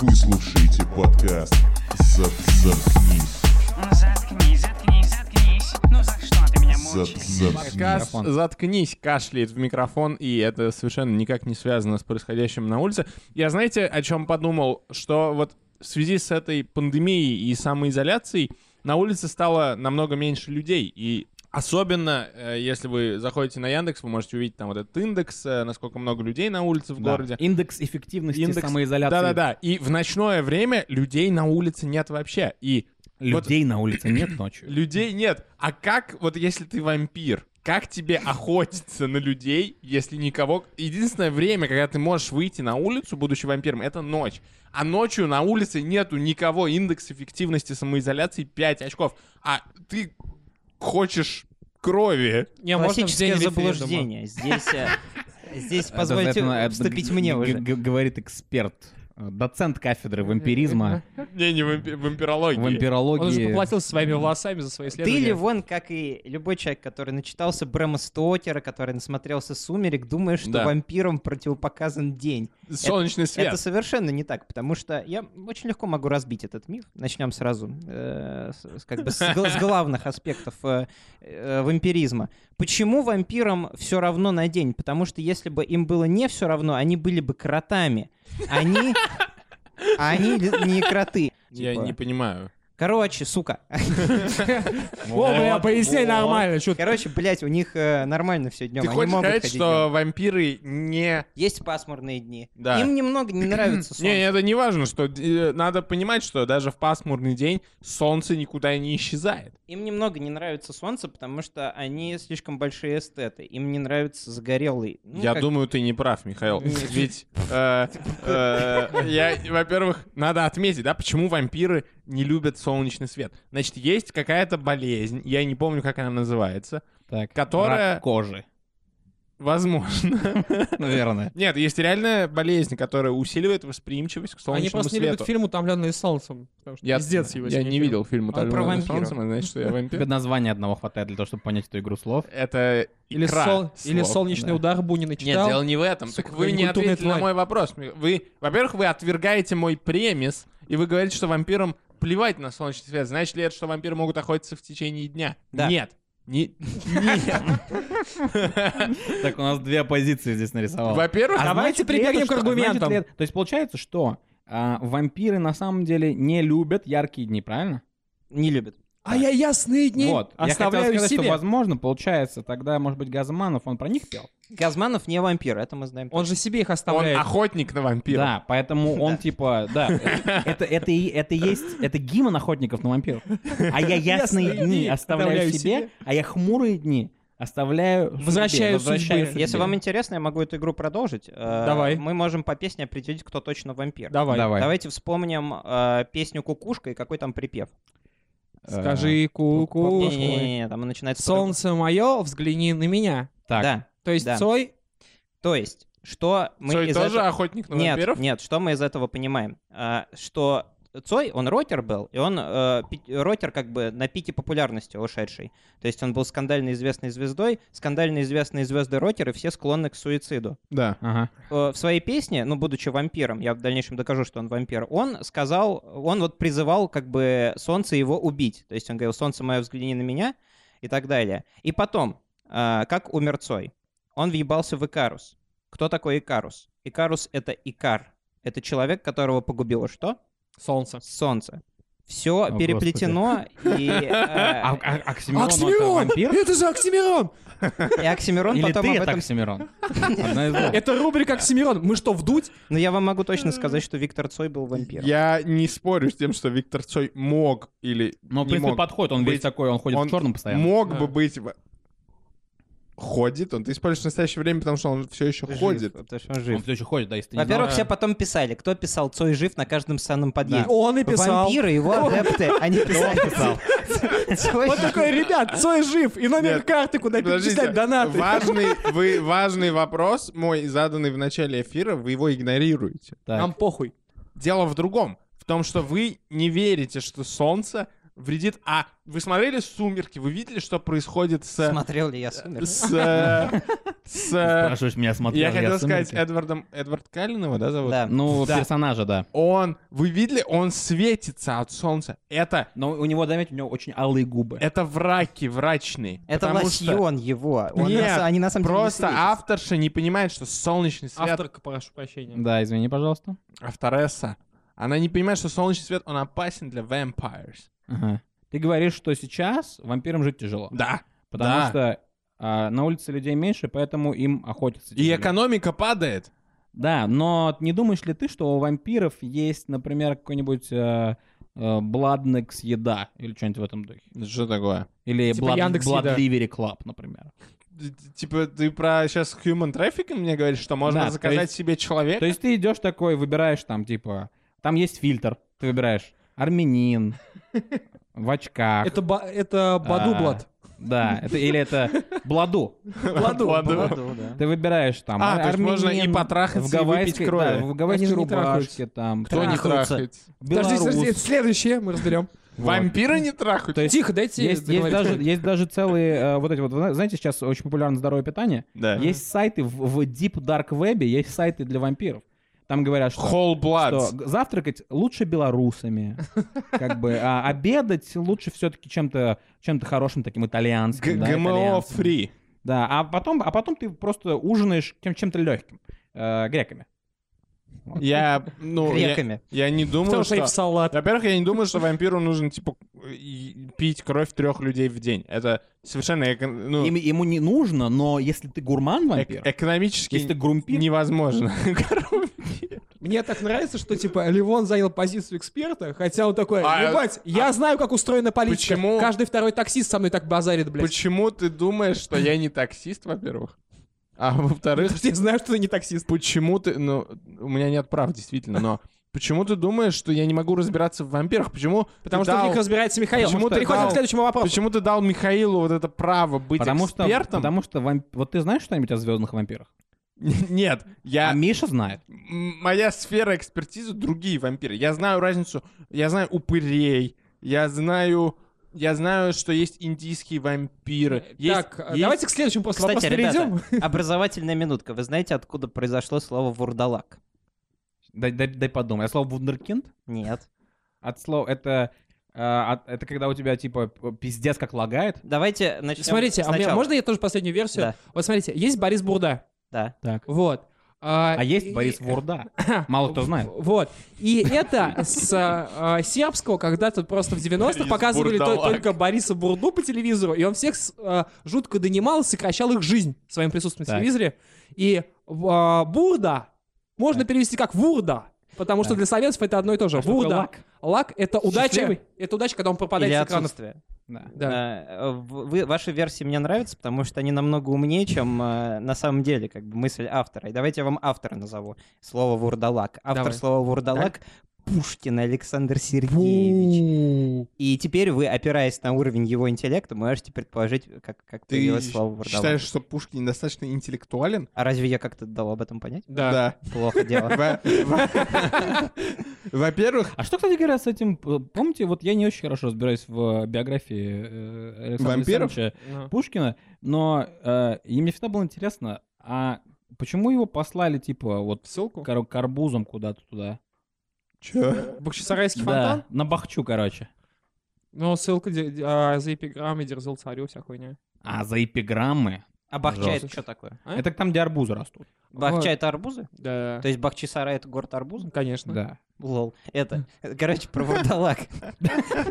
Вы слушаете подкаст «Зап- «Заткнись». Ну заткнись, заткнись, заткнись. Ну за что ты меня «Зап- мучаешь? «Заткнись». Подкаст «Заткнись» кашляет в микрофон, и это совершенно никак не связано с происходящим на улице. Я, знаете, о чем подумал? Что вот в связи с этой пандемией и самоизоляцией на улице стало намного меньше людей, и Особенно, э, если вы заходите на Яндекс, вы можете увидеть там вот этот индекс, э, насколько много людей на улице в Да. городе. Индекс эффективности Индекс- самоизоляции. Да-да-да. И в ночное время людей на улице нет вообще. И вот Людей на улице нет ночью. Людей нет. А как, вот если ты вампир, как тебе охотиться на людей, если никого... Единственное время, когда ты можешь выйти на улицу, будучи вампиром, это ночь. А ночью на улице нету никого. Индекс эффективности самоизоляции 5 очков. А ты хочешь крови. Не, можно Классическое в день референдума. заблуждение. Здесь, э, здесь Это- это- позвольте это вступить г- мне г- уже. г- Говорит эксперт, э, доцент кафедры вампиризма, Не, не вампи- вампирологии. Он уже вампирологии. поплатился своими волосами за свои Ты, исследования. Ливон, как и любой человек, который начитался Брэма Стокера, который насмотрелся «Сумерек», думаешь, что Да. вампирам противопоказан день. Солнечный свет. Это совершенно не так, потому что я очень легко могу разбить этот миф. Начнем сразу, э, с, с как бы с, гла- с главных аспектов э, э, вампиризма. Почему вампирам все равно на день? Потому что если бы им было не все равно, они были бы кротами. Они, они ли- не кроты. Я Типа. не понимаю. Короче, сука. Во, бля, поясняй нормально, что Короче, блядь, у них э, нормально все днем. Ты они хочешь могут сказать, ходить что днём. вампиры не Есть пасмурные дни. Да. Им немного не нравится солнце. Не, это не важно, что э, надо понимать, что даже в пасмурный день солнце никуда не исчезает. Им немного не нравится солнце, потому что они слишком большие эстеты. Им не нравится загорелый. Ну, я как- думаю, ты не прав, Михаил. Нет. Ведь, э, э, я, во-первых, надо отметить, да, почему вампиры не любят солнечный свет. Значит, есть какая-то болезнь, я не помню, как она называется, Так, которая- рак кожи, возможно. наверное. Нет, есть реальная болезнь, которая усиливает восприимчивость к Они солнечному просто не свету. любят фильм «Утомленные солнцем». Потому что Я, пиздец его я синий не фильм. видел фильм про «Утомлённые вампиров». солнцем», а значит, что я Тебе вампир. названия одного хватает для того, чтобы понять эту игру слов. Это Или, икра сол- или слов. «Солнечный да. удар» Бунина Нет, читал. дело не в этом. Сука, так вы какая не некультурная ответили на тварь. мой вопрос. Вы, во-первых, вы отвергаете мой премис, и вы говорите, что вампирам плевать на солнечный свет. Значит ли это, что вампиры могут охотиться в течение дня? Да. Нет. Не- Нет. Так, у нас две позиции здесь нарисовал. Во-первых, А Давайте значит ли это, прибегнем к что- а значит аргументам. ли это- То есть получается, что а, вампиры на самом деле не любят яркие дни, правильно? Не любят. А я ясные дни вот. Я хотел оставляю сказать, себе. что, возможно, получается, тогда, может быть, Газманов, он про них пел? Газманов не вампир, это мы знаем. Он же себе их он оставляет. охотник на вампиров. Да, поэтому он типа, да, это это и это и есть, это гимн охотников на вампиров. А я ясные дни оставляю оставляю себе, себе. а я хмурые дни оставляю судьбе, Возвращаю судьбе. судьбе. Если вам интересно, я могу эту игру продолжить. Э, Давай. Мы можем по песне определить, кто точно вампир. Давай. Давай. Давайте вспомним э, песню «Кукушка» и какой там припев. Э, Скажи ку-ку. Не-не-не, там и начинается... Солнце мое, взгляни на меня. Так, Да. То есть Да. Цой, То есть, что мы Цой из тоже этого- охотник на Нет, вампиров? нет, что мы из этого понимаем? А, что Цой, он ротер был, и он э, пи- ротер как бы на пике популярности ушедший. То есть он был скандально известной звездой, скандально известные звезды ротеры все склонны к суициду. Да. Ага. Э, в своей песне, ну, будучи вампиром, я в дальнейшем докажу, что он вампир, он сказал, он вот призывал как бы солнце его убить. То есть он говорил, солнце мое, взгляни на меня и так далее. И потом, э, как умер Цой, он въебался в Икарус. Кто такой Икарус? Икарус — это Икар. Это человек, которого погубило что? солнце. Солнце. Все О, переплетено, и, э, А, а- Оксимирон, он вампир? Это же Оксимирон! и Оксимирон Или потом ты об это этом... Оксимирон? Одна из двух. Это рубрика Оксимирон. Мы что, вдуть? Но Ну, я вам могу точно сказать, что Виктор Цой был вампиром. Я не спорю с тем, что Виктор Цой мог или Ну, в не принципе, мог. подходит, он быть- весь такой, он ходит он в черном постоянно. Мог Да. бы быть... в- Ходит он. Ты используешь в настоящее время, потому что он все еще Жив, ходит. потому что он жив. Ну, Он все еще ходит, да, если ты не Во-первых, знал. все потом писали, кто писал «Цой жив» на каждом санном подъезде. Он и писал. Вампиры, его адепты, они писали. «Цой Он жив». такой, ребят, Цой жив, и номер Нет, карты, куда Подождите, перечислять донаты. Важный, вы, важный вопрос мой, заданный в начале эфира, вы его игнорируете. Так. Нам похуй. Дело в другом. В том, что вы не верите, что солнце вредит. А вы смотрели «Сумерки», вы видели, что происходит с... Смотрел ли я «Сумерки»? С... с- Спрашиваешь меня, смотрел Я хотел «Сумерки»? сказать Эдвардом... Эдвард Каллинова, да, зовут? Да. Ну, Да. персонажа, да. Он, вы видели, он светится от солнца. Это, Но у него, заметь, у него очень алые губы. это враки врачные. Это потому что- лосьон его. Он Нет, на са- они на самом деле не Просто светятся. авторша не понимает, что солнечный свет... Авторка, прошу прощения. Да, извини, пожалуйста. Авторесса. А Она не понимает, что солнечный свет, он опасен для vampires. Ага. Ты говоришь, что сейчас вампирам жить тяжело. Да. Потому Да. что а, на улице людей меньше, поэтому им охотятся. И тяжелее. экономика падает. Да, но не думаешь ли ты, что у вампиров есть, например, какой-нибудь э, э, Бладнекс еда или что-нибудь в этом духе? Что такое? Или Типа Blood, Яндекс.Еда. Blood Delivery Club, например. Типа, ты про сейчас human trafficking мне говоришь, что можно Да, то заказать есть- себе человека? То есть ты идешь такой, выбираешь там, типа, там есть фильтр, ты выбираешь армянин, в очках. Это, ба- это А. Бадублад. Да, это, или это бладу. Ладу. Ладу, да. Ты выбираешь там А, то есть армянин, можно и потрахаться, в и выпить гавайской, крови. да, в гавайской Они же не рубашке, там, Кто не Трахаются. трахается? Подожди, белорус. подожди, это следующее мы разберем. Вот. Вампиры не трахают? То есть Тихо, дайте Есть, есть договорить. даже, есть даже целые э, вот эти вот, вы знаете, сейчас очень популярно здоровое питание. Да. Есть сайты в, в Deep Dark Web, есть сайты для вампиров. Там говорят, что, Whole что blood. г- завтракать лучше белорусами, как бы, а обедать лучше все-таки чем-то чем-то хорошим таким итальянским. да, ГМО итальянцем. фри. Да, а потом, а потом ты просто ужинаешь тем- чем-то легким, греками. Вот. Я, ну, я, Греками. я не думаю, Потому что что... и в салат. Во-первых, я не думаю, что вампиру нужно, типа, и- пить кровь трех людей в день. Это совершенно эко- ну, Им- ему не нужно, но если ты гурман эк- вампир, экономически если ты грумпир, невозможно. Мне так нравится, что, типа, Ливон занял позицию эксперта, хотя он такой, А, ебать, я знаю, как устроена политика. почему- Каждый второй таксист со мной так базарит, блядь. Почему ты думаешь, что я не таксист, во-первых? А во-вторых, Потому что я знаю, что ты не таксист. почему ты... Ну, у меня нет прав, действительно, но... Почему ты думаешь, что я не могу разбираться в вампирах? Почему Потому ты что в дал- них разбирается Михаил. Почему ты Переходим дал- к следующему вопросу. Почему ты дал Михаилу вот это право быть потому что, экспертом? потому что вамп- вот ты знаешь что-нибудь о звездных вампирах? Нет, я... А Миша знает. М, моя сфера экспертизы другие вампиры. Я знаю разницу, я знаю упырей, я знаю, я знаю, что есть индийские вампиры. Есть- Так, есть- давайте к следующему просто Кстати, вопросу перейдем. ребята, образовательная минутка. Вы знаете, откуда произошло слово вурдалак? Дай, дай, дай подумай. А слово вундеркинд? Нет. От слова это э, от- это когда у тебя типа п- пиздец как лагает. Давайте начнем Смотрите, а у меня- сначала. можно я тоже последнюю версию? Да. Вот смотрите, есть Борис Бурда. Да. Вот. А есть Борис Бурда. Вурда. Мало кто знает. Вот. И это с а, а, сербского когда-то просто в 90-х Борис показывали то- Бурдалак. только Бориса Бурду по телевизору, и он всех с- а, жутко донимал и сокращал их жизнь своим присутствием Так. в телевизоре. И а, Бурда можно перевести как Вурда, потому что Так. для советцев это одно и то же. А что такое Вурда. лак? Лак — это удача. Счастливый? Это удача, когда он пропадает Или с экранов. отсутствие. Да. Да. Э, в- вы- ваши версии мне нравятся, потому что они намного умнее, чем э, на самом деле, как бы мысль автора. И давайте я вам автора назову. Слово вурдалак. Автор Давай. слова вурдалак Пушкин Александр Сергеевич. И теперь вы, опираясь на уровень его интеллекта, можете предположить, как, как Ты появилось слово щ- вурдалак. считаешь, что Пушкин недостаточно интеллектуален? А разве я как-то дал об этом понять? Да. Плохо дело. Во- во- Во-первых, А что, кстати говоря, с этим... э, Помните, вот я не очень хорошо разбираюсь в э, биографии э, Александра Вампиров? Александровича Ага. Пушкина, но э, и мне всегда было интересно, а почему его послали, типа, вот Ссылку. кор- карбузом куда-то туда? чё? Бахчисарайский Да, фонтан. на Бахчу, короче. Ну, ссылка де- де- а, за эпиграммой дерзил царю, вся хуйня. А за эпиграммы? А бахча Пожалуйста. это что такое? А? Это там, где арбузы растут. Вот. Бахча это арбузы? Да. То есть Бахчисарай это город арбузов? Конечно. Да. Лол. Это, э, короче, про вурдалак.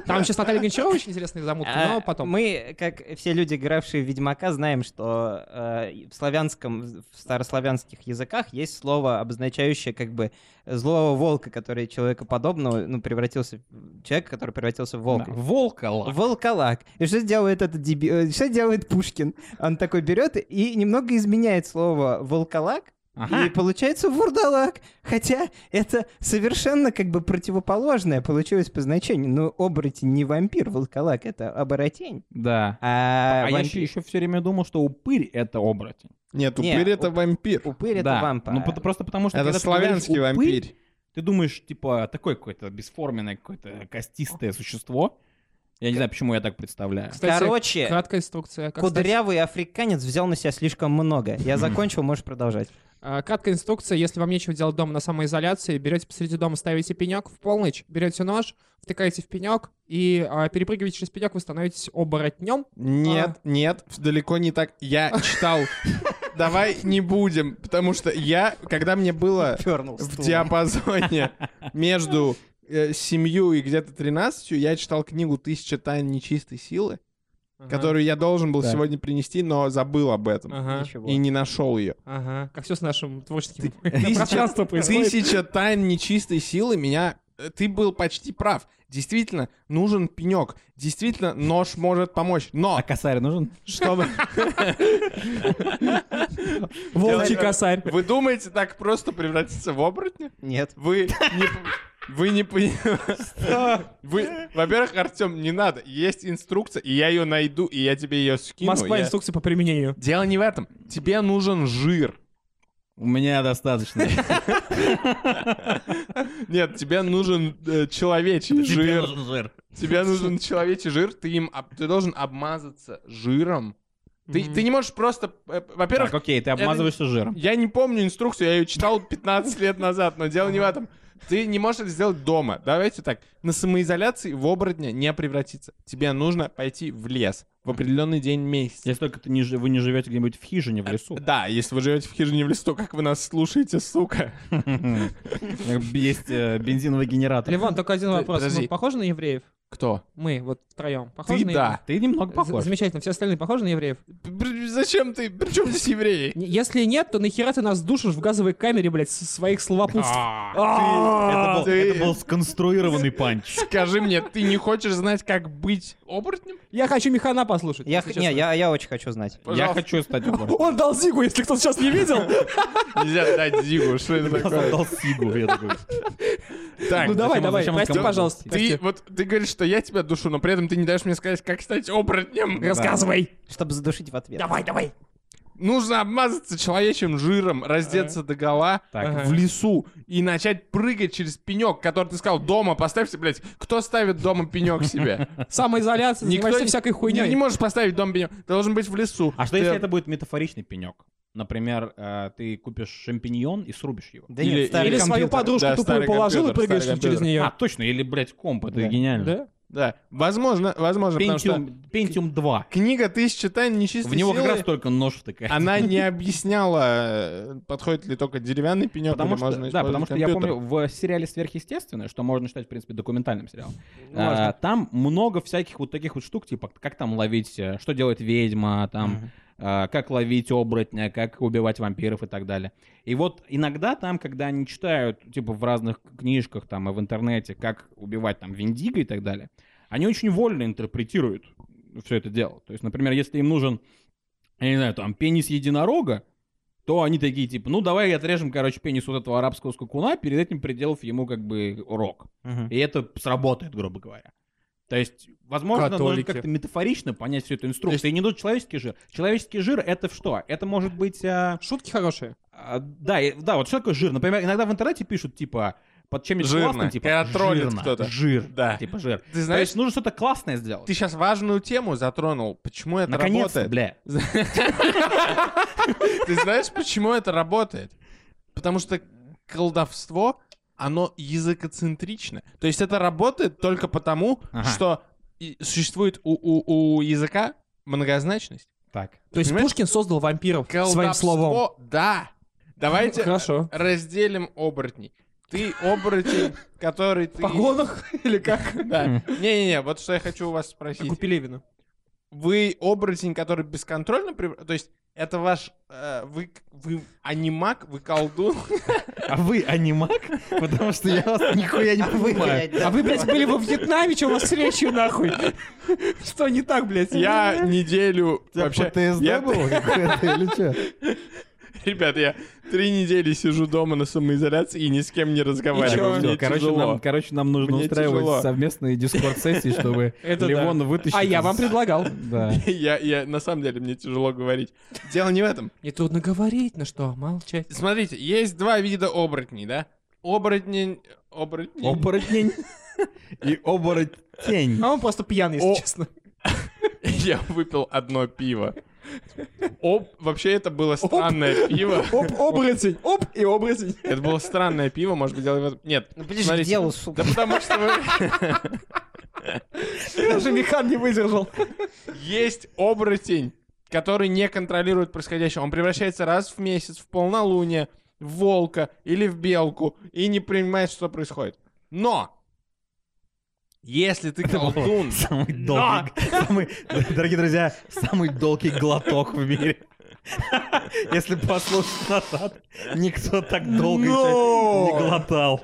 Там сейчас Наталья Гончарова очень интересная замутка, А, но потом. Мы, как все люди, игравшие в Ведьмака, знаем, что э, в славянском, в старославянских языках есть слово, обозначающее как бы злого волка, который человекоподобного, ну, превратился, в- человека, который превратился в волка. Да. а Волка лак. Волколак. И что делает этот деби- э, Что делает Пушкин? Он такой берет и немного изменяет слово волколак Ага. и получается вурдалак. Хотя это совершенно как бы противоположное получилось по значению. Ну, оборотень не вампир, волколак — это оборотень. Да. А, А я вампир- еще, все время думал, что упырь это оборотень. Нет, Не, упырь это уп- вампир. Упырь — это да. вампа. Ну, пот- просто потому что... Это когда ты славянский говоришь «упырь», вампирь. Ты думаешь, типа, такое какое-то бесформенное, какое-то костистое существо. Я не знаю, почему я так представляю. Кстати, Короче, краткая инструкция. как стать- Кудрявый африканец взял на себя слишком много. Я закончил, можешь продолжать. А, Краткая инструкция, если вам нечего делать дома на самоизоляции, берете посреди дома, ставите пенек в полночь, берете нож, втыкаете в пенек и а, перепрыгиваете через пенек, вы становитесь оборотнем. Нет, нет, далеко не так. Я читал. Давай не будем, потому что я, когда мне было Пернул в диапазоне между э, семью и где-то 13, я читал книгу «Тысяча тайн нечистой силы», которую я должен был Так. сегодня принести, но забыл об этом Ага, и не нашел ее. ага. Как все с нашим творческим тысяча- пространством происходит. Тысяча тайн нечистой силы меня... э, Ты был почти прав. Действительно, нужен пенек. Действительно, нож может помочь. Но А косарь нужен? чтобы... Волчий Делай- косарь. Вы думаете так просто превратиться в оборотня? Нет. Вы не... Вы не понимаете. Вы... Во-первых, Артем, не надо. Есть инструкция, и я ее найду, и я тебе ее скину. Москва, Я- инструкция по применению. Дело не в этом. Тебе нужен жир. У меня достаточно. Нет, тебе нужен э, человечий Тебе жир. нужен жир. Тебе нужен человечий жир. Ты им, об- ты должен обмазаться жиром. Ты, ты не можешь просто. э, Во-первых, Так, окей, ты это- обмазываешься жиром. Я не помню инструкцию, я ее читал 15 лет назад, но дело не в этом. Ты не можешь это сделать дома. Давайте так. На самоизоляции в оборотня не превратиться. Тебе нужно пойти в лес в определенный день месяца. Если только ты не ж- вы не живете где-нибудь в хижине в лесу. Да, если вы живете в хижине в лесу, как вы нас слушаете, сука? Есть э, бензиновый генератор. Левон, только один Ты- вопрос. подожди. Мы похожи на евреев? Кто? Мы вот втроем. Похожи Ты на да. Ты немного Ну, евреев? З- похож. Замечательно. Все остальные похожи на евреев? Бр- Зачем ты? Причем здесь евреи? Н- Если нет, то нахера ты нас душишь в газовой камере, блядь, со своих А. словопутств? А, Это был- ты- это был сконструированный панч. Скажи мне, ты не хочешь знать, как быть оборотнем? Я хочу механа послушать. Я, если х- не, честно. я, я очень хочу знать. Я Пожалуйста. хочу стать оборотнем. Он дал зигу, если кто-то сейчас не видел. Нельзя дать Дигу, что это Я такое? создал сигу. я такой, Так, Ну давай, зачем он- давай, зачем он прости, сказал? пожалуйста. Ты прости. вот ты говоришь, что я тебя душу, но при этом ты не даешь мне сказать, как стать оборотнем. Рассказывай. Чтобы задушить в ответ. Давай, давай. Нужно обмазаться человечьим жиром, раздеться до гола Так. в лесу и начать прыгать через пенек, который ты сказал дома. Поставьте, блядь, кто ставит дома пенек себе? Самоизоляция, занимаешься не- всякой Не, не хуйней. можешь поставить дома пенек. Должен быть в лесу. А что Ты- если это будет метафоричный пенек? Например, э, ты купишь шампиньон и срубишь его. Да Или- нет, старый Или свою компьютер. подружку Да, тупую старый положил и компьютер, прыгаешь старый через компьютер. А, нее. точно, или, блядь, комп, это Да. гениально. Да? Да, возможно, возможно, потому что Pentium, Pentium 2. книга «Тысяча тайн нечистой В него как силы», раз только нож втыкается. Она не объясняла, э, подходит ли только деревянный пенек, Потому или что, можно да, потому использовать что я компьютер. помню, в сериале «Сверхъестественное», что можно считать, в принципе, документальным сериалом, Ну, Можно. а, там много всяких вот таких вот штук, типа, как там ловить, э, что делает ведьма, там, Мгм. а, как ловить оборотня, как убивать вампиров и так далее. И вот иногда там, когда они читают, типа, в разных книжках там и в интернете, как убивать там Виндиго и так далее, они очень вольно интерпретируют все это дело. То есть, например, если им нужен, я не знаю, там, пенис единорога, то они такие, типа, ну, давай отрежем, короче, пенис вот этого арабского скакуна, перед этим приделав ему, как бы, урок. Мгм. И это сработает, грубо говоря. То есть, возможно, нужно Католики. как-то метафорично понять всю эту То инструкцию. есть- И не нужен человеческий жир. Человеческий жир — это в что? Это может быть... а, Шутки хорошие. а, да, и- да, вот что такое жир? Например, иногда в интернете пишут, типа, под чем-нибудь Жирно. классным, типа, Когда троллит жирно, кто-то. жир, Да. типа жир. Ты То знаешь, есть нужно что-то классное сделать. ты сейчас важную тему затронул. Почему это Наконец, работает? бля. Ты знаешь, почему это работает? Потому что колдовство, оно языкоцентрично. То есть это работает только потому, Ага. что и- существует у, у- у языка многозначность. Так. То есть Понимаешь? Пушкин создал вампиров своим словом. Ну, Колдовство, Да. Давайте Хорошо. разделим оборотней. Ты оборотень, который В ты... погонах или как? Да. Не-не-не, вот что я хочу у вас спросить. Как у Пелевина. вы оборотень, который бесконтрольно... прев- То есть это ваш... э, вы, вы анимак, вы колдун. А вы анимак? Потому что я вас нихуя не Вы, понимаю. блядь, да. А вы, блядь, были во Вьетнаме, что у вас с речью нахуй? Что не так, блядь? Я неделю... Вообще, я- или что? Ребят, я три недели сижу дома на самоизоляции и ни с кем не разговариваю. Мне короче, тяжело. нам, короче, нам нужно Мне устраивать тяжело. совместные дискорд-сессии, чтобы Это Левон вытащить. А я из- вам предлагал. Да. Я, я, на самом деле, мне тяжело говорить. Дело не в этом. Мне трудно говорить, на что молчать. Смотрите, есть два вида оборотней, да? Оборотнень... Оборотнень... Оборотень и оборотень. А он просто пьяный, О. если честно. Я выпил одно пиво. Об... Вообще это было странное пиво. Оп, оборотень, оп и оборотень. Это было странное пиво, может быть, дело... в этом- Нет, Ну, ближе к смотрите. делу, сука. Да потому что вы- Даже механ не выдержал. есть оборотень, который не контролирует происходящее. Он превращается раз в месяц в полнолуние, в волка или в белку и не понимает, что происходит. Но! Если ты колдун, Самый долгий, самый- дорогие друзья, самый долгий глоток в мире. Если послушать назад, никто так долго еще не глотал.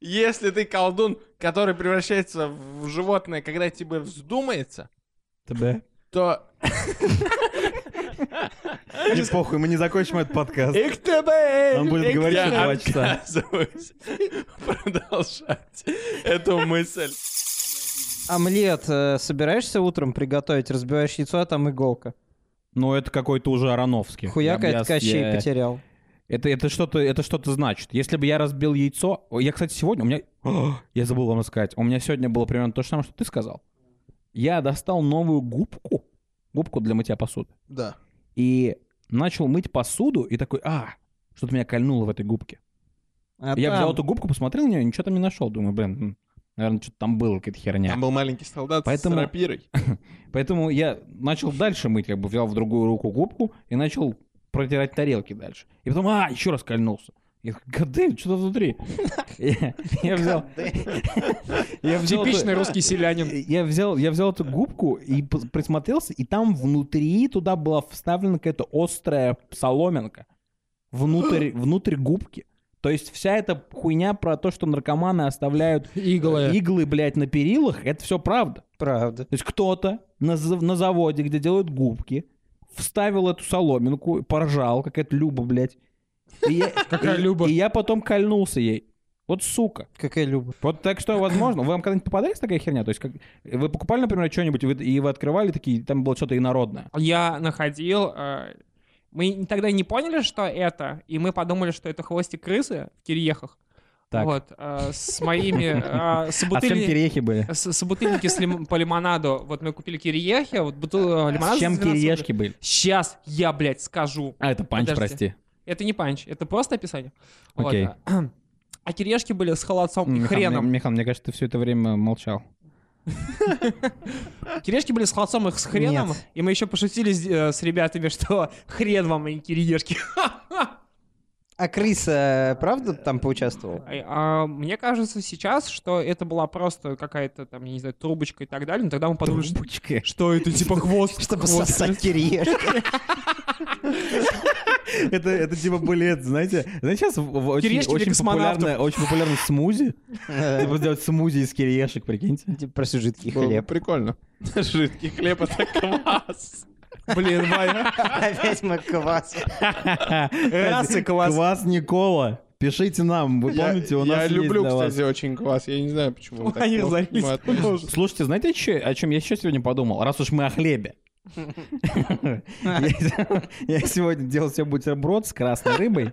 если ты колдун, который превращается в животное, когда тебе вздумается, Тебе? то Не похуй, мы не закончим этот подкаст. XTB! Он будет говорить Я еще два часа. отказываюсь продолжать эту мысль. Омлет э, собираешься утром приготовить, разбиваешь яйцо, а там иголка. Ну, это какой-то уже Ароновский. Хуяка, Я бы- это я- Кощей я- потерял. Это, это что-то это что-то значит. Если бы я разбил яйцо... О, Я, кстати, сегодня... У меня... О, я забыл вам рассказать. У меня сегодня было примерно то же самое, что ты сказал. Я достал новую губку. Губку для мытья посуды. Да. И начал мыть посуду, и такой, а, что-то меня кольнуло в этой губке. А я там- взял эту губку, посмотрел на нее, ничего там не нашел. Думаю, блин, наверное, что-то там было, какая-то херня. Там был маленький солдат Поэтому- с рапирой. Поэтому я начал дальше мыть, как бы взял в другую руку губку и начал протирать тарелки дальше. И потом, а, еще раз кольнулся. Я такой, гадель, что-то внутри. Я я взял... Я взял эту- Типичный русский селянин. Я взял, я взял эту губку и пос- присмотрелся, и там внутри туда была вставлена какая-то острая соломинка. Внутрь, внутрь губки. То есть вся эта хуйня про то, что наркоманы оставляют Иглы. иглы, блядь, на перилах, это все правда. Правда. То есть кто-то на, зав- на заводе, где делают губки, вставил эту соломинку, поржал, какая-то Люба, блядь. И я, Какая и- Люба? И я потом кольнулся ей. Вот сука. Какая Люба. Вот так что, возможно, вам когда-нибудь попадается такая херня? То есть как, вы покупали, например, что-нибудь, и вы- и вы открывали такие, там было что-то инородное. Я находил... э, Мы тогда не поняли, что это, и мы подумали, что это хвостик крысы в кирьехах. Так. Вот, э, с моими... э, А с чем собутыльни- кирехи были? С- собутыльники с лим- по лимонаду. Вот мы купили кириехи, вот бутыл э, лимонад. С чем кирешки были? Сейчас я, блядь, скажу. А, это панч, Подожди. прости. Это не панч, это просто описание. Вот, Окей. а. А кириешки были с холодцом и Михан, Ну, хреном. мне- Михан, мне кажется, ты все это время молчал. Кириешки были с холодцом и с хреном. Нет. И мы еще пошутили с, э, с ребятами, что хрен вам и кириешки. А крыса, правда, там поучаствовала? А, а, Мне кажется сейчас, что это была просто какая-то там, я не знаю, трубочка и так далее. Но тогда мы подумали, что- Трубочка. что это типа хвост. Чтобы хвост сосать кириешки. Это, это типа были, это, знаете, знаете, сейчас в- в- очень, Кириешки для очень космонавтов. популярное, очень популярное смузи. Типа сделать смузи из кириешек, прикиньте. Типа Просто жидкий Было бы хлеб. Прикольно. Жидкий хлеб — это квас. Блин, Ваня. Опять мы квас. Раз и Э, класс. Квас Никола. Пишите нам, вы Я- помните, у нас Я есть люблю, для вас. кстати, очень квас. Я не знаю, почему вы так Они плохо к нему разорились. относитесь. Слушайте, знаете, чё- о чем я еще сегодня подумал? Раз уж мы о хлебе. Я се- Я сегодня делал себе бутерброд с красной рыбой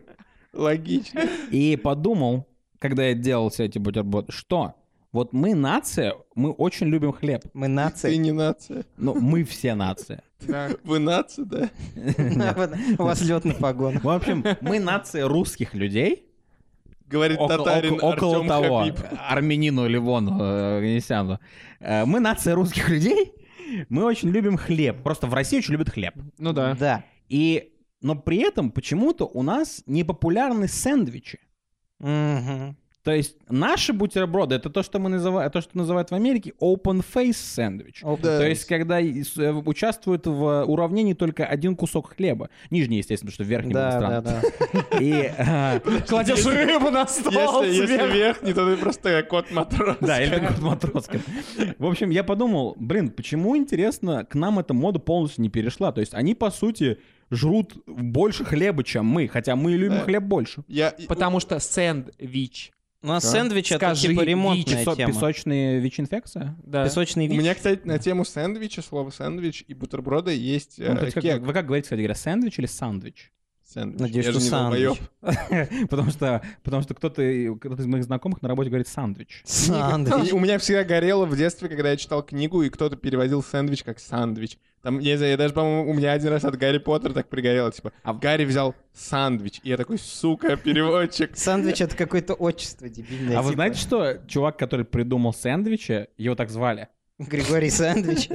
Логично. и подумал, когда я делал себе эти бутерброды, что вот мы нация, мы очень любим хлеб. Мы Ты нации. не нация. Ну, мы все нация. Вы нация, да? У вас лед на погонах. В общем, мы нация русских людей. Говорит Око- татарин око- около Артем того, Хабиб. армянину или вон э, Оганесяну. Э, Мы нация русских людей, мы очень любим хлеб. Просто в России очень любят хлеб. Ну да. Да. И, но при этом почему-то у нас не популярны сэндвичи. Мгм. То есть наши бутерброды это то, что мы называем, то, что называют в Америке open face сэндвич. Опа. То есть, когда и с- э, участвует в уравнении только один кусок хлеба. Нижний, естественно, потому что верхний был Да, да, странно. да. И, э, Кладешь рыбу на стол. Если сверху. если верхний, то ты просто кот матрос. Да, или как в Матроскин. В общем, я подумал, блин, почему, интересно, к нам эта мода полностью не перешла? То есть они, по сути, жрут больше хлеба, чем мы, хотя мы и любим Да. хлеб больше. Я... Потому что сэндвич. У нас сэндвич это Скажи, типа ремонтная Песо- тема. Песочные ВИЧ-инфекция? Да. Песочный У вид. меня, кстати, на тему сэндвича, слово сэндвич и бутерброда есть Ну, э, кстати, как- кек. Вы как говорите, кстати говоря, сэндвич или сандвич? сэндвич. Надеюсь, Я что же не сэндвич. долбоёб. Потому что, потому что кто-то, кто-то из моих знакомых на работе говорит сандвич. Сандвич. И У меня всегда горело в детстве, когда я читал книгу, и кто-то переводил сэндвич как сандвич. Там, я, не знаю, я даже, по-моему, у меня один раз от Гарри Поттера так пригорело, типа, А- Гарри взял сандвич. И я такой, сука, переводчик. Сандвич — это какое-то отчество дебильное. А вы типа. знаете, что чувак, который придумал сэндвичи, его так звали? Григорий Сандвич.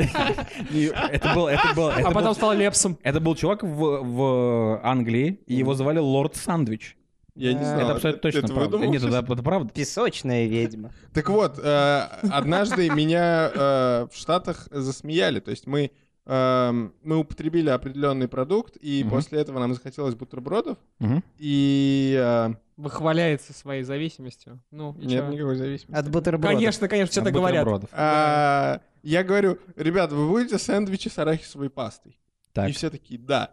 И Это был, это был, это А был- потом стал Лепсом. это был чувак в, в Англии, и его звали Лорд Сандвич. Я не Да. знал. Это А, ты- абсолютно ты точно это правда. выдумал Нет, сейчас? это, это правда. Песочная ведьма. Так вот, э, однажды меня э, в Штатах засмеяли. То есть мы, эм, мы употребили определенный продукт, и Мгм. после этого нам захотелось бутербродов. Мгм. И э, Выхваляется своей зависимостью. Ну, и нет чё? никакой зависимости. От бутерброда. Конечно, конечно, все От так говорят. бутербродов. А, Я говорю, ребят, вы будете сэндвичи с арахисовой пастой? Так. И все такие, да.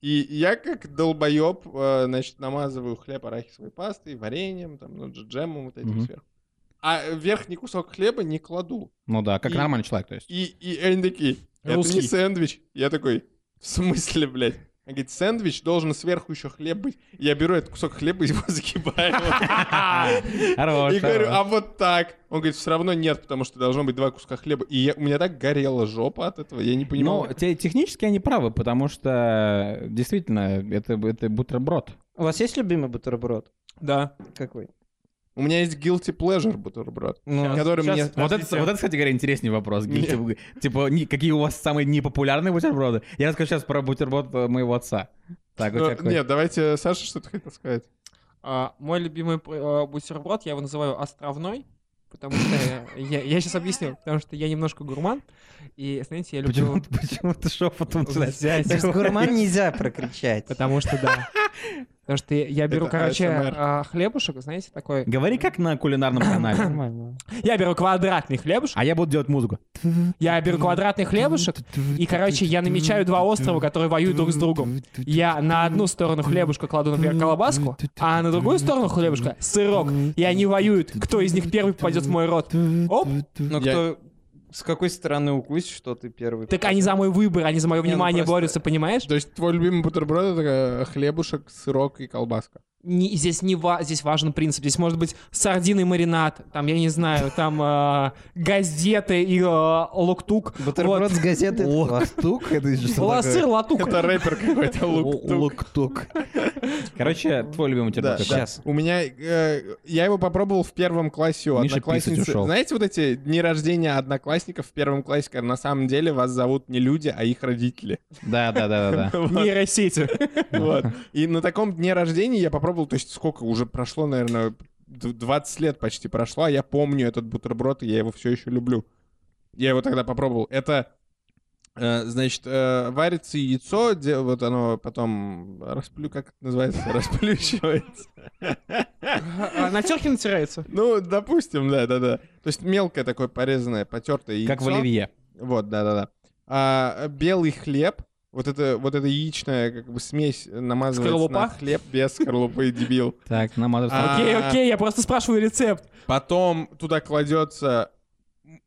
И я как долбоеб, э, значит, намазываю хлеб арахисовой пастой, вареньем, там, ну, дж- джемом вот этим Мгм. сверху. А верхний кусок хлеба не кладу. Ну да, как И- нормальный человек, то есть. И, и они такие, это Русский. не сэндвич. Я такой, в смысле, блядь? Он говорит, сэндвич должен сверху еще хлеб быть. Я беру этот кусок хлеба и его загибаю. Хорош, И говорю, хорош. Ну, а вот так. Он говорит, все равно нет, потому что должно быть два куска хлеба. И я- у меня так горела жопа от этого, я не понимал. Ну, те- технически они правы, потому что действительно, это, это бутерброд. У вас есть любимый бутерброд? Да. Какой? У меня есть guilty pleasure бутерброд, Ну, который щас- мне... Вот это, вот это, кстати говоря, интересный вопрос. Гиль. Типа, типа, не- какие у вас самые непопулярные бутерброды? Я расскажу сейчас про бутерброд э, моего отца. Так, у Ну, тебя какой? Нет, давайте Саша что-то хотел сказать. А, мой любимый э, бутерброд, я его называю островной, потому что э, я, сейчас объясню, потому что я немножко гурман, и, знаете, я люблю... Почему, почему ты шепотом знаешь? взять- Через гурман нельзя прокричать. Потому что, да. Потому что я- я беру, Это короче, ASMR. а, хлебушек, знаете, такой... Говори как на кулинарном канале. Нормально. Я беру квадратный хлебушек, А я буду делать музыку. я беру квадратный хлебушек, и, короче, я намечаю два острова, которые воюют друг с другом. Я на одну сторону хлебушка кладу, например, колобаску, а на другую сторону хлебушка — сырок. И они воюют, кто из них первый попадет в мой рот. Оп! Я- Ну, кто... С какой стороны укусишь, что ты первый? Так они за мой выбор, они за мое Не, ну внимание просто- борются, понимаешь? То есть твой любимый бутерброд — это э, хлебушек, сырок и колбаска. Не- здесь не ва- здесь важен принцип. Здесь может быть сардины маринад, там я не знаю, там э, газеты и э, локтук. Бутерброд Вот. с газеты. это класс. Локтук? Это же что Ла- такое? Сыр латук. Это рэпер какой-то, лук-тук. Локтук. Короче, твой любимый Да, бутерброд какой? Сейчас. У меня... э, я его попробовал в первом классе у Миша одноклассницы. писать ушел. Знаете вот эти дни рождения одноклассников в первом классе, когда на самом деле вас зовут не люди, а их родители? Да, да, да, да, да. Нейросети. Вот. И на таком дне рождения я попробовал, то есть сколько уже прошло, наверное, д- 20 лет почти прошло, а я помню этот бутерброд, и я его все еще люблю. Я его тогда попробовал. Это, э, значит, э, варится яйцо, де- вот оно потом расплю, как это называется, расплющивается. А На терке натирается. Ну, допустим, да-да-да. То есть мелкое такое порезанное, потертое яйцо. Как в оливье. Вот, да-да-да. А, белый хлеб, вот это, вот эта яичная как бы смесь намазывается Скорлупа? на хлеб без скорлупы, дебил. Так, на А. Окей, окей, я просто спрашиваю рецепт. Потом туда кладется м-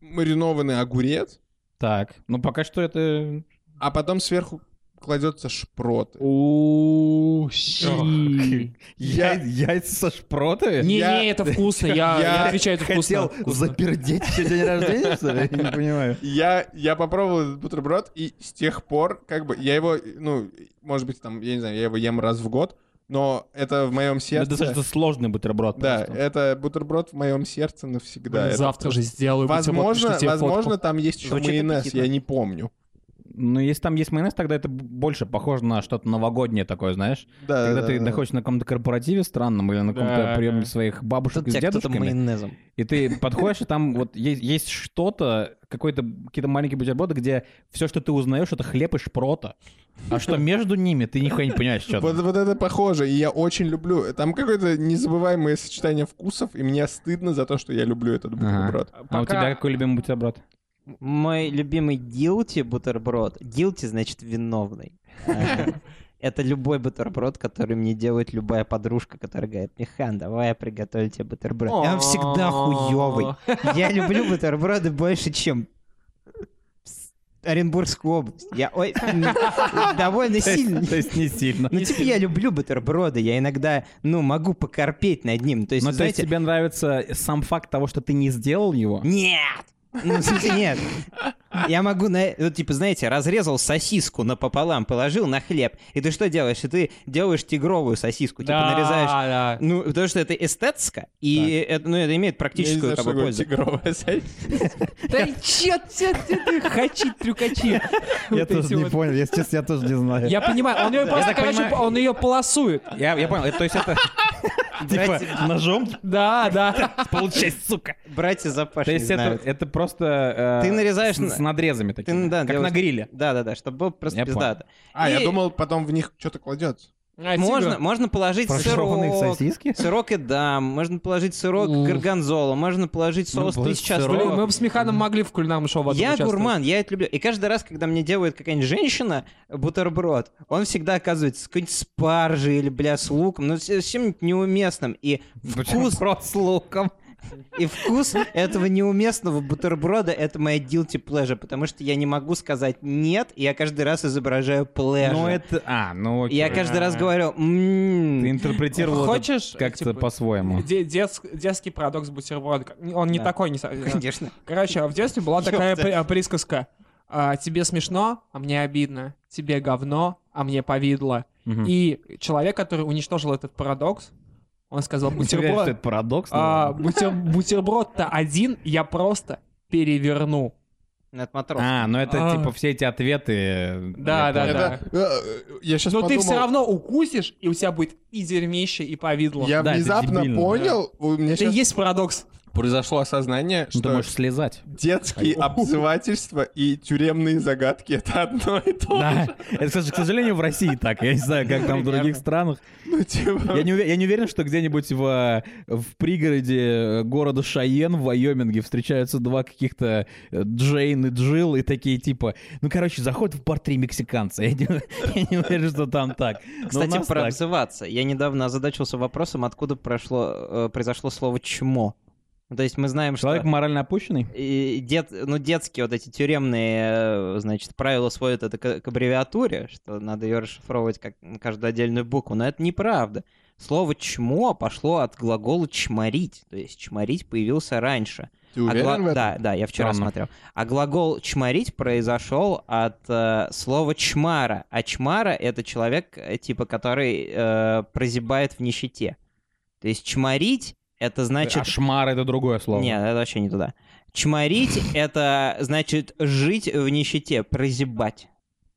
маринованный огурец, Так, ну пока что это... а потом сверху кладется шпрот. Не, Я... Я- Яйца со шпротами? не, Я- это вкусно, я Я я отвечаю, это вкусно. Хотел запердеть все день рождения, что ли? Я не понимаю. Я, я попробовал этот бутерброд, и с тех пор, как бы, я его, ну, может быть, там, я не знаю, я его ем раз в год, но это в моем Это сердце... достаточно сложный бутерброд. Да, просто. это бутерброд в моем сердце навсегда. Блин, Это Завтра же сделаю. бутерброд, Возможно, пришлю тебе фотку. возможно, там есть еще Звучит майонез, аппетитно. я не помню. Ну, если там есть майонез, тогда это б- больше похоже на что-то новогоднее такое, знаешь? Да, Когда да, ты да. находишься на каком-то корпоративе странном или на каком-то Да. приеме своих бабушек Тут с тебя кто-то дедушками, майонезом. и ты подходишь, и там вот е- есть что-то, какой-то какие-то маленькие бутерброды, где все, что ты узнаешь, это хлеб и шпрота. А что между ними, ты нихуя не понимаешь, что Вот, там. вот это похоже, и я очень люблю. Там какое-то незабываемое сочетание вкусов, и мне стыдно за то, что я люблю этот бутерброд. А у Пока- тебя какой любимый бутерброд? Мой любимый guilty бутерброд. Guilty значит виновный. Э, Это любой бутерброд, который мне делает любая подружка, которая говорит, Михан, давай я приготовлю тебе бутерброд. И Он всегда хуёвый. Я люблю бутерброды больше, чем Оренбургскую область. Я ой, м, довольно сильно. То есть не сильно. Ну, типа, я люблю бутерброды, я иногда, ну, могу покорпеть над ним. То есть, Но Ну, то есть знаете, тебе нравится сам факт того, что ты не сделал его? Нет! Ну, в смысле, нет. Я могу, на... ну, типа, знаете, разрезал сосиску напополам, положил на хлеб. И ты что делаешь? И ты делаешь тигровую сосиску, типа нарезаешь. Да, да. Ну, потому что это эстетско, и это, ну, это имеет практическую как бы, пользу. тигровая сосиска. Да чё ты- ты- ты, хачи, трюкачи. Я Вот эти тоже не вот. понял, если честно, я тоже не знаю. Я понимаю, он ее просто, так короче, понимаю. он ее полосует. Я, я понял, это, то есть это Братья, ножом Да, да. получается, сука. братья Запашные То есть это, знают. это просто... э, Ты нарезаешь с, на- с надрезами такими, да, как делаешь- на гриле. Да-да-да, чтобы было просто Я понял. пиздато. А, я И думал, потом в них что-то кладется. А, Можно, тигр. можно положить Фаршированные сырок, сосиски? сырок и дам, можно положить сырок Ух. горгонзола, можно положить соус боже, тысяча сырок. Блин, сливок. мы бы с Миханом могли в кулинарном шоу в этом Я участвовать. гурман, я это люблю. И каждый раз, когда мне делает какая-нибудь женщина бутерброд, он всегда оказывается с какой-нибудь спаржей или, бля, с луком, ну, с с чем-нибудь неуместным. И вкус... с луком. И вкус этого неуместного бутерброда — это моя guilty pleasure, потому что я не могу сказать «нет», и я каждый раз изображаю pleasure. Ну это... А, ну И я окей. каждый раз А, говорю «м-м-м». «М, Ты интерпретировал это Хочешь, как-то типа, по-своему. де- детск- детский парадокс бутерброда. Как- Он не Да. такой, не... со- Конечно. Короче, а в детстве была такая Ёпта. при- а, присказка. А, Тебе смешно, а мне обидно. Тебе говно, а мне повидло. Мгм. И человек, который уничтожил этот парадокс, он сказал, Ты уверен, что бутерброд, это парадокс? а, А, бутер- бутерброд-то один, я просто переверну. Это матрос. а, ну это А. типа все эти ответы... Да, я да, понял. да. Это, э, э, я сейчас Но подумал... Ну, ты все равно укусишь, и у тебя будет и дерьмище, и повидло. Я Да, это внезапно дебильно. Ну, понял, у меня Это и сейчас есть парадокс. произошло осознание, Ну, Ты что можешь слезать. детские обзывательства и тюремные загадки — это одно и то же. Да. Это, кстати, к сожалению, в России так. Я не знаю, как там в других странах. Ну, типа, Я не, уве- я не уверен, что где-нибудь в, э, в пригороде э, города Шайен в Вайоминге встречаются два каких-то э, Джейн и Джилл и такие типа, ну, короче, заходят в бар три мексиканца. Я не, я не уверен, что там так. Но ну, у Кстати, нас про так. обзываться. Я недавно озадачился вопросом, откуда прошло, э, произошло слово «чмо». Ну, То есть мы знаем, Человек что... морально опущенный? и дет, ну, детские вот эти тюремные, э, значит, правила сводят это к, к аббревиатуре, что надо ее расшифровывать как каждую отдельную букву, но это неправда. Слово «чмо» пошло от глагола «чморить», то есть «чморить» появился раньше. Ты А гла- уверен в этом? Да, да, я вчера Странно. смотрел. А глагол чморить произошел от э, слова чмара. А чмара это человек, э, типа, который э, прозябает в нищете. То есть чморить это а значит. шмар — это другое слово. Нет, это вообще не туда. Чморить это значит жить в нищете, прозябать.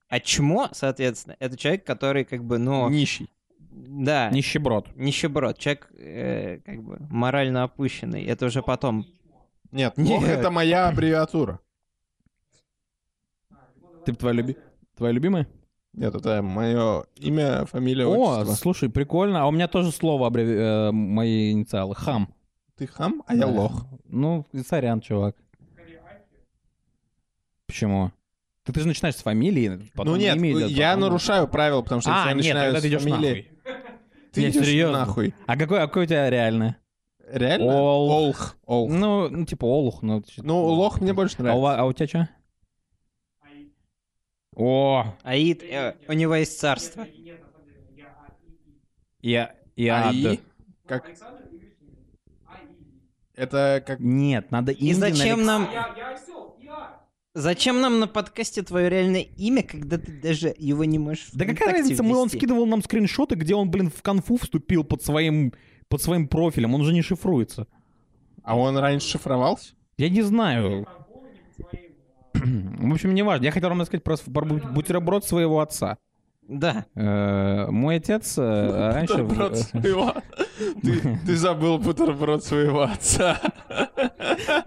А чмо, соответственно, это человек, который как бы, ну, Нищий. да, Нищеброд. нищеброд, человек э, как бы морально опущенный. Это уже потом. Нет, Нет. лох — это моя аббревиатура. Ты б твоя люби... Твоя любимая? Нет, это мое имя, фамилия, О, отчество. слушай, прикольно. А у меня тоже слово, аббреви- э, мои инициалы. Хам. Ты хам, а я Да. лох. Ну, сорян, чувак. Почему? Ты, ты же начинаешь с фамилии, потом ну нет, имя идет, я потом- нарушаю правила, потому что А, если я нет, начинаю тогда ты с идешь фамилии... нахуй. Ты Не, идешь серьезно. нахуй. А какой, а какой у тебя реально? Реально? Олх. Олх. Олх. Ну, ну, типа Олух. Ну, ч- Ну, лох мне больше А у, нравится. ва- а у тебя что? О, Аид, э, у него есть царство. я... я Аи? Как? Это как... Нет, надо И Индин, зачем Алекс- нам... Зачем нам на подкасте твое реальное имя, когда ты даже его не можешь Да какая ВКонтакте разница, мы, он ввести? скидывал нам скриншоты, где он, блин, в конфу вступил под своим, под своим профилем, он же не шифруется. А он раньше шифровался? Я не знаю. В общем, неважно. Я хотел вам рассказать про, с- про бу- бутерброд своего отца. Да. Э, мой отец э, раньше... Бутерброд в- своего... Ты, ты забыл бутерброд своего отца.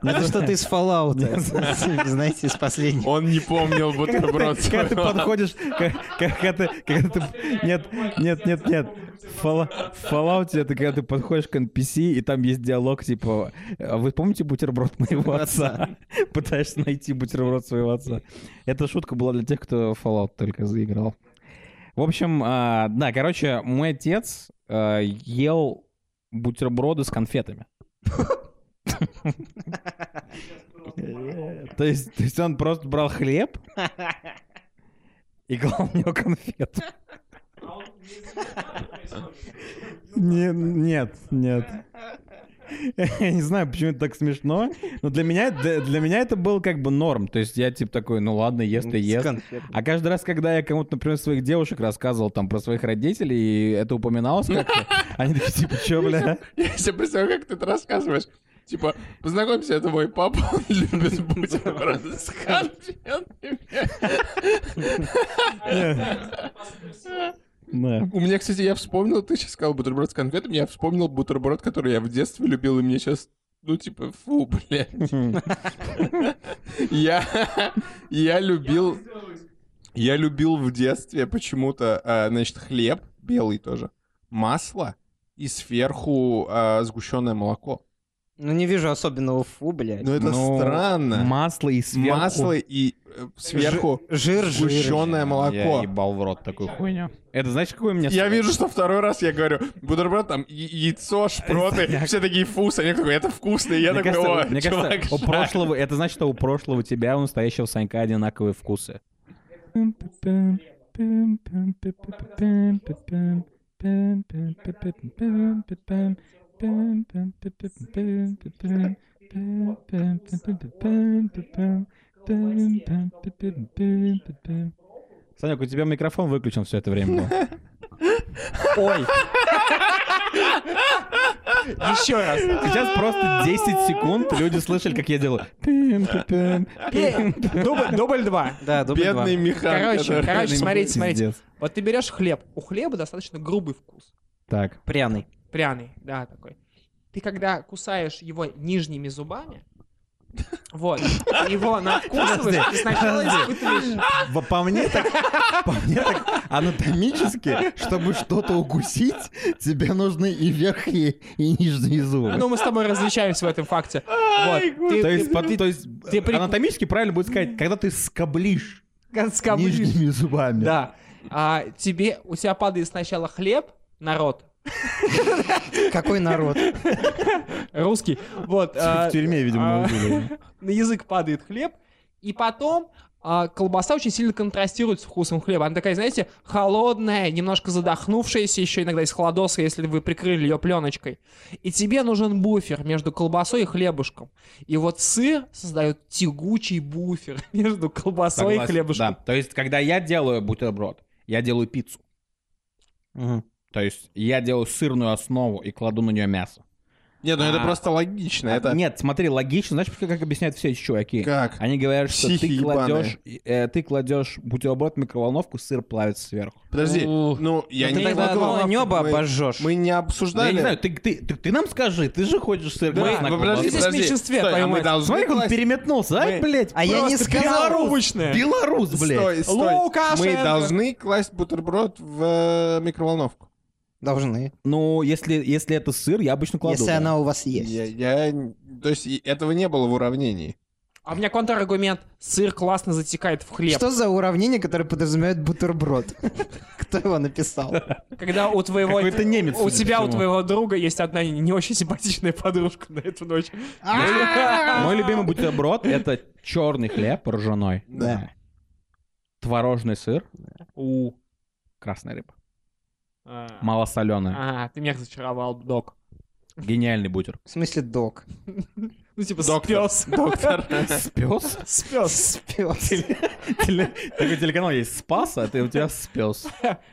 Это что-то из Fallout. Знаете, из последних. Он не помнил бутерброд Когда ты своего отца. подходишь, как- как- когда ты- когда ты- нет, нет, нет, нет, в Fallout- в Fallout это когда ты подходишь к NPC, и там есть диалог, типа, «А вы помните бутерброд моего отца? Пытаешься найти бутерброд своего отца. Эта шутка была для тех, кто в Fallout только заиграл. В общем, а, да, короче, мой отец а, ел бутерброды с конфетами. То есть, то есть он просто брал хлеб и клал в него конфету. Не- Нет, нет. Я не знаю, почему это так смешно, но для меня, для, для меня это был как бы норм. То есть я типа такой, ну ладно, ест и ест. А каждый раз, когда я кому-то, например, своих девушек рассказывал там про своих родителей, и это упоминалось как-то, они такие, типа, чё, бля? Я себе представляю, как ты это рассказываешь. Типа, познакомься, это мой папа, он любит Ну, бутерброды с конфетами. Да. У меня, кстати, я вспомнил, ты сейчас сказал бутерброд с конфетами, я вспомнил бутерброд, который я в детстве любил, и мне сейчас, ну, типа, фу, блядь. Я, я любил... Я любил в детстве почему-то, а, значит, хлеб, белый тоже, масло и сверху а, сгущенное молоко. Ну не вижу особенного фу, блядь. Ну это Ну, странно. Масло и сверху. Масло и э, сверху Жир, жир. сгущенное Я молоко. ебал в рот такую хуйню. Это знаешь, какой у меня... Я с- вижу, что второй раз я говорю, бутерброд там, я- яйцо, шпроты, все такие фусы, они такой, это вкусно, и я Мне такой, кажется, о, мне чувак, кажется, у жаль». прошлого... Это значит, что у прошлого тебя и у настоящего Санька одинаковые вкусы. Санек, у тебя микрофон выключен все это время был. Ой. Еще раз. Сейчас просто 10 секунд люди слышали, как я делаю. Пим-пи-пим, Э, Дубль, дубль два. Да, дубль два. Бедный Михан. Короче, который- короче, смотрите, смотрите. Пиздец. Вот ты берешь хлеб. У хлеба достаточно грубый вкус. Так. Пряный. Пряный, да, такой. Ты когда кусаешь его нижними зубами, вот, ты его надкусываешь, ты сначала испытываешь... Во- По мне так, по мне так анатомически, Чтобы что-то укусить, тебе нужны и верхние, и нижние зубы. Ну, мы с тобой различаемся в этом факте. Вот. Ты- то есть, ты- по- ты- то есть ты при- анатомически правильно будет сказать, когда ты скоблишь. как скоблишь. Нижними зубами. Да. А тебе, у тебя падает сначала хлеб, народ, Какой народ? русский, вот. а, В тюрьме, видимо, а, научили. на язык падает хлеб, и потом а, колбаса очень сильно контрастирует с вкусом хлеба. Она такая, знаете, холодная, немножко задохнувшаяся, еще иногда из холодоса, если вы прикрыли ее пленочкой. И тебе нужен буфер между колбасой и хлебушком. И вот сыр создает тягучий буфер между колбасой и Согласен, хлебушком. Да. То есть, когда я делаю бутерброд, я делаю пиццу. Мгм. То есть, я делаю сырную основу и кладу на нее мясо. Нет, ну это А. просто логично, это... Нет, смотри, логично. Знаешь, как объясняют все эти чуваки? Как? Они говорят, что Психи ты кладешь, э, ты кладешь бутерброд в микроволновку, сыр плавится сверху. Подожди, ну я Ты не тогда могу. одно небо Мы- обожжешь. Мы не Да, я не знаю, обсуждали... ты, ты, ты- ты нам скажи, ты же хочешь сыр Мы- класть на вы подожди, Мы здесь колбасу. в подожди, меньшинстве, стой, а твою мы мать. должны Смотри, как он класть- переметнулся, а, Мы- блядь. А я не Просто сказал. белоручная. Белорус, блядь. Стой, стой. Мы Лукашенко. должны класть бутерброд в э, микроволновку. Должны. Ну, если, если это сыр, я обычно кладу. Если да. она у вас Я, есть. я- То есть и этого не было в уравнении. А у меня контраргумент. Сыр классно затекает в хлеб. Что за уравнение, которое подразумевает бутерброд? Кто его написал? Когда у твоего... Какой-то немец, У судя тебя, по у всему. твоего друга есть одна не не очень симпатичная подружка на эту ночь. Мой любимый бутерброд — это черный хлеб ржаной. Да. Творожный сыр у красной рыбы. Малосоленая. Ага, А, ты меня разочаровал, док. Гениальный бутер. В смысле док? Ну, типа, Доктор. спёс. Доктор. Спес? Спёс. Пёс. Такой телеканал есть «Спас», а ты у тебя спес.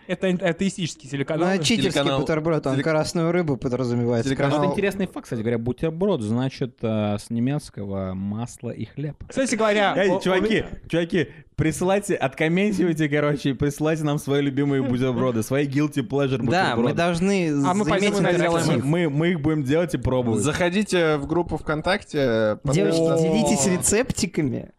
Это ан- атеистический Ну, телеканал. а читерский Телеканал- бутерброд, он телек- красную рыбу подразумевает. Телеканал- Вот Канал- интересный факт, кстати говоря, бутерброд значит э, с немецкого масло и хлеб. Кстати говоря... Эй, о- чуваки, о- чуваки, присылайте, откомментируйте, короче, и присылайте нам свои любимые бутерброды, свои guilty pleasure Да, мы бутерброды. должны А мы пойдем заметить и наделаем Мы, интерактив. мы- мы их будем делать и пробовать. Заходите в группу ВКонтакте. Девочки, О. делитесь рецептиками.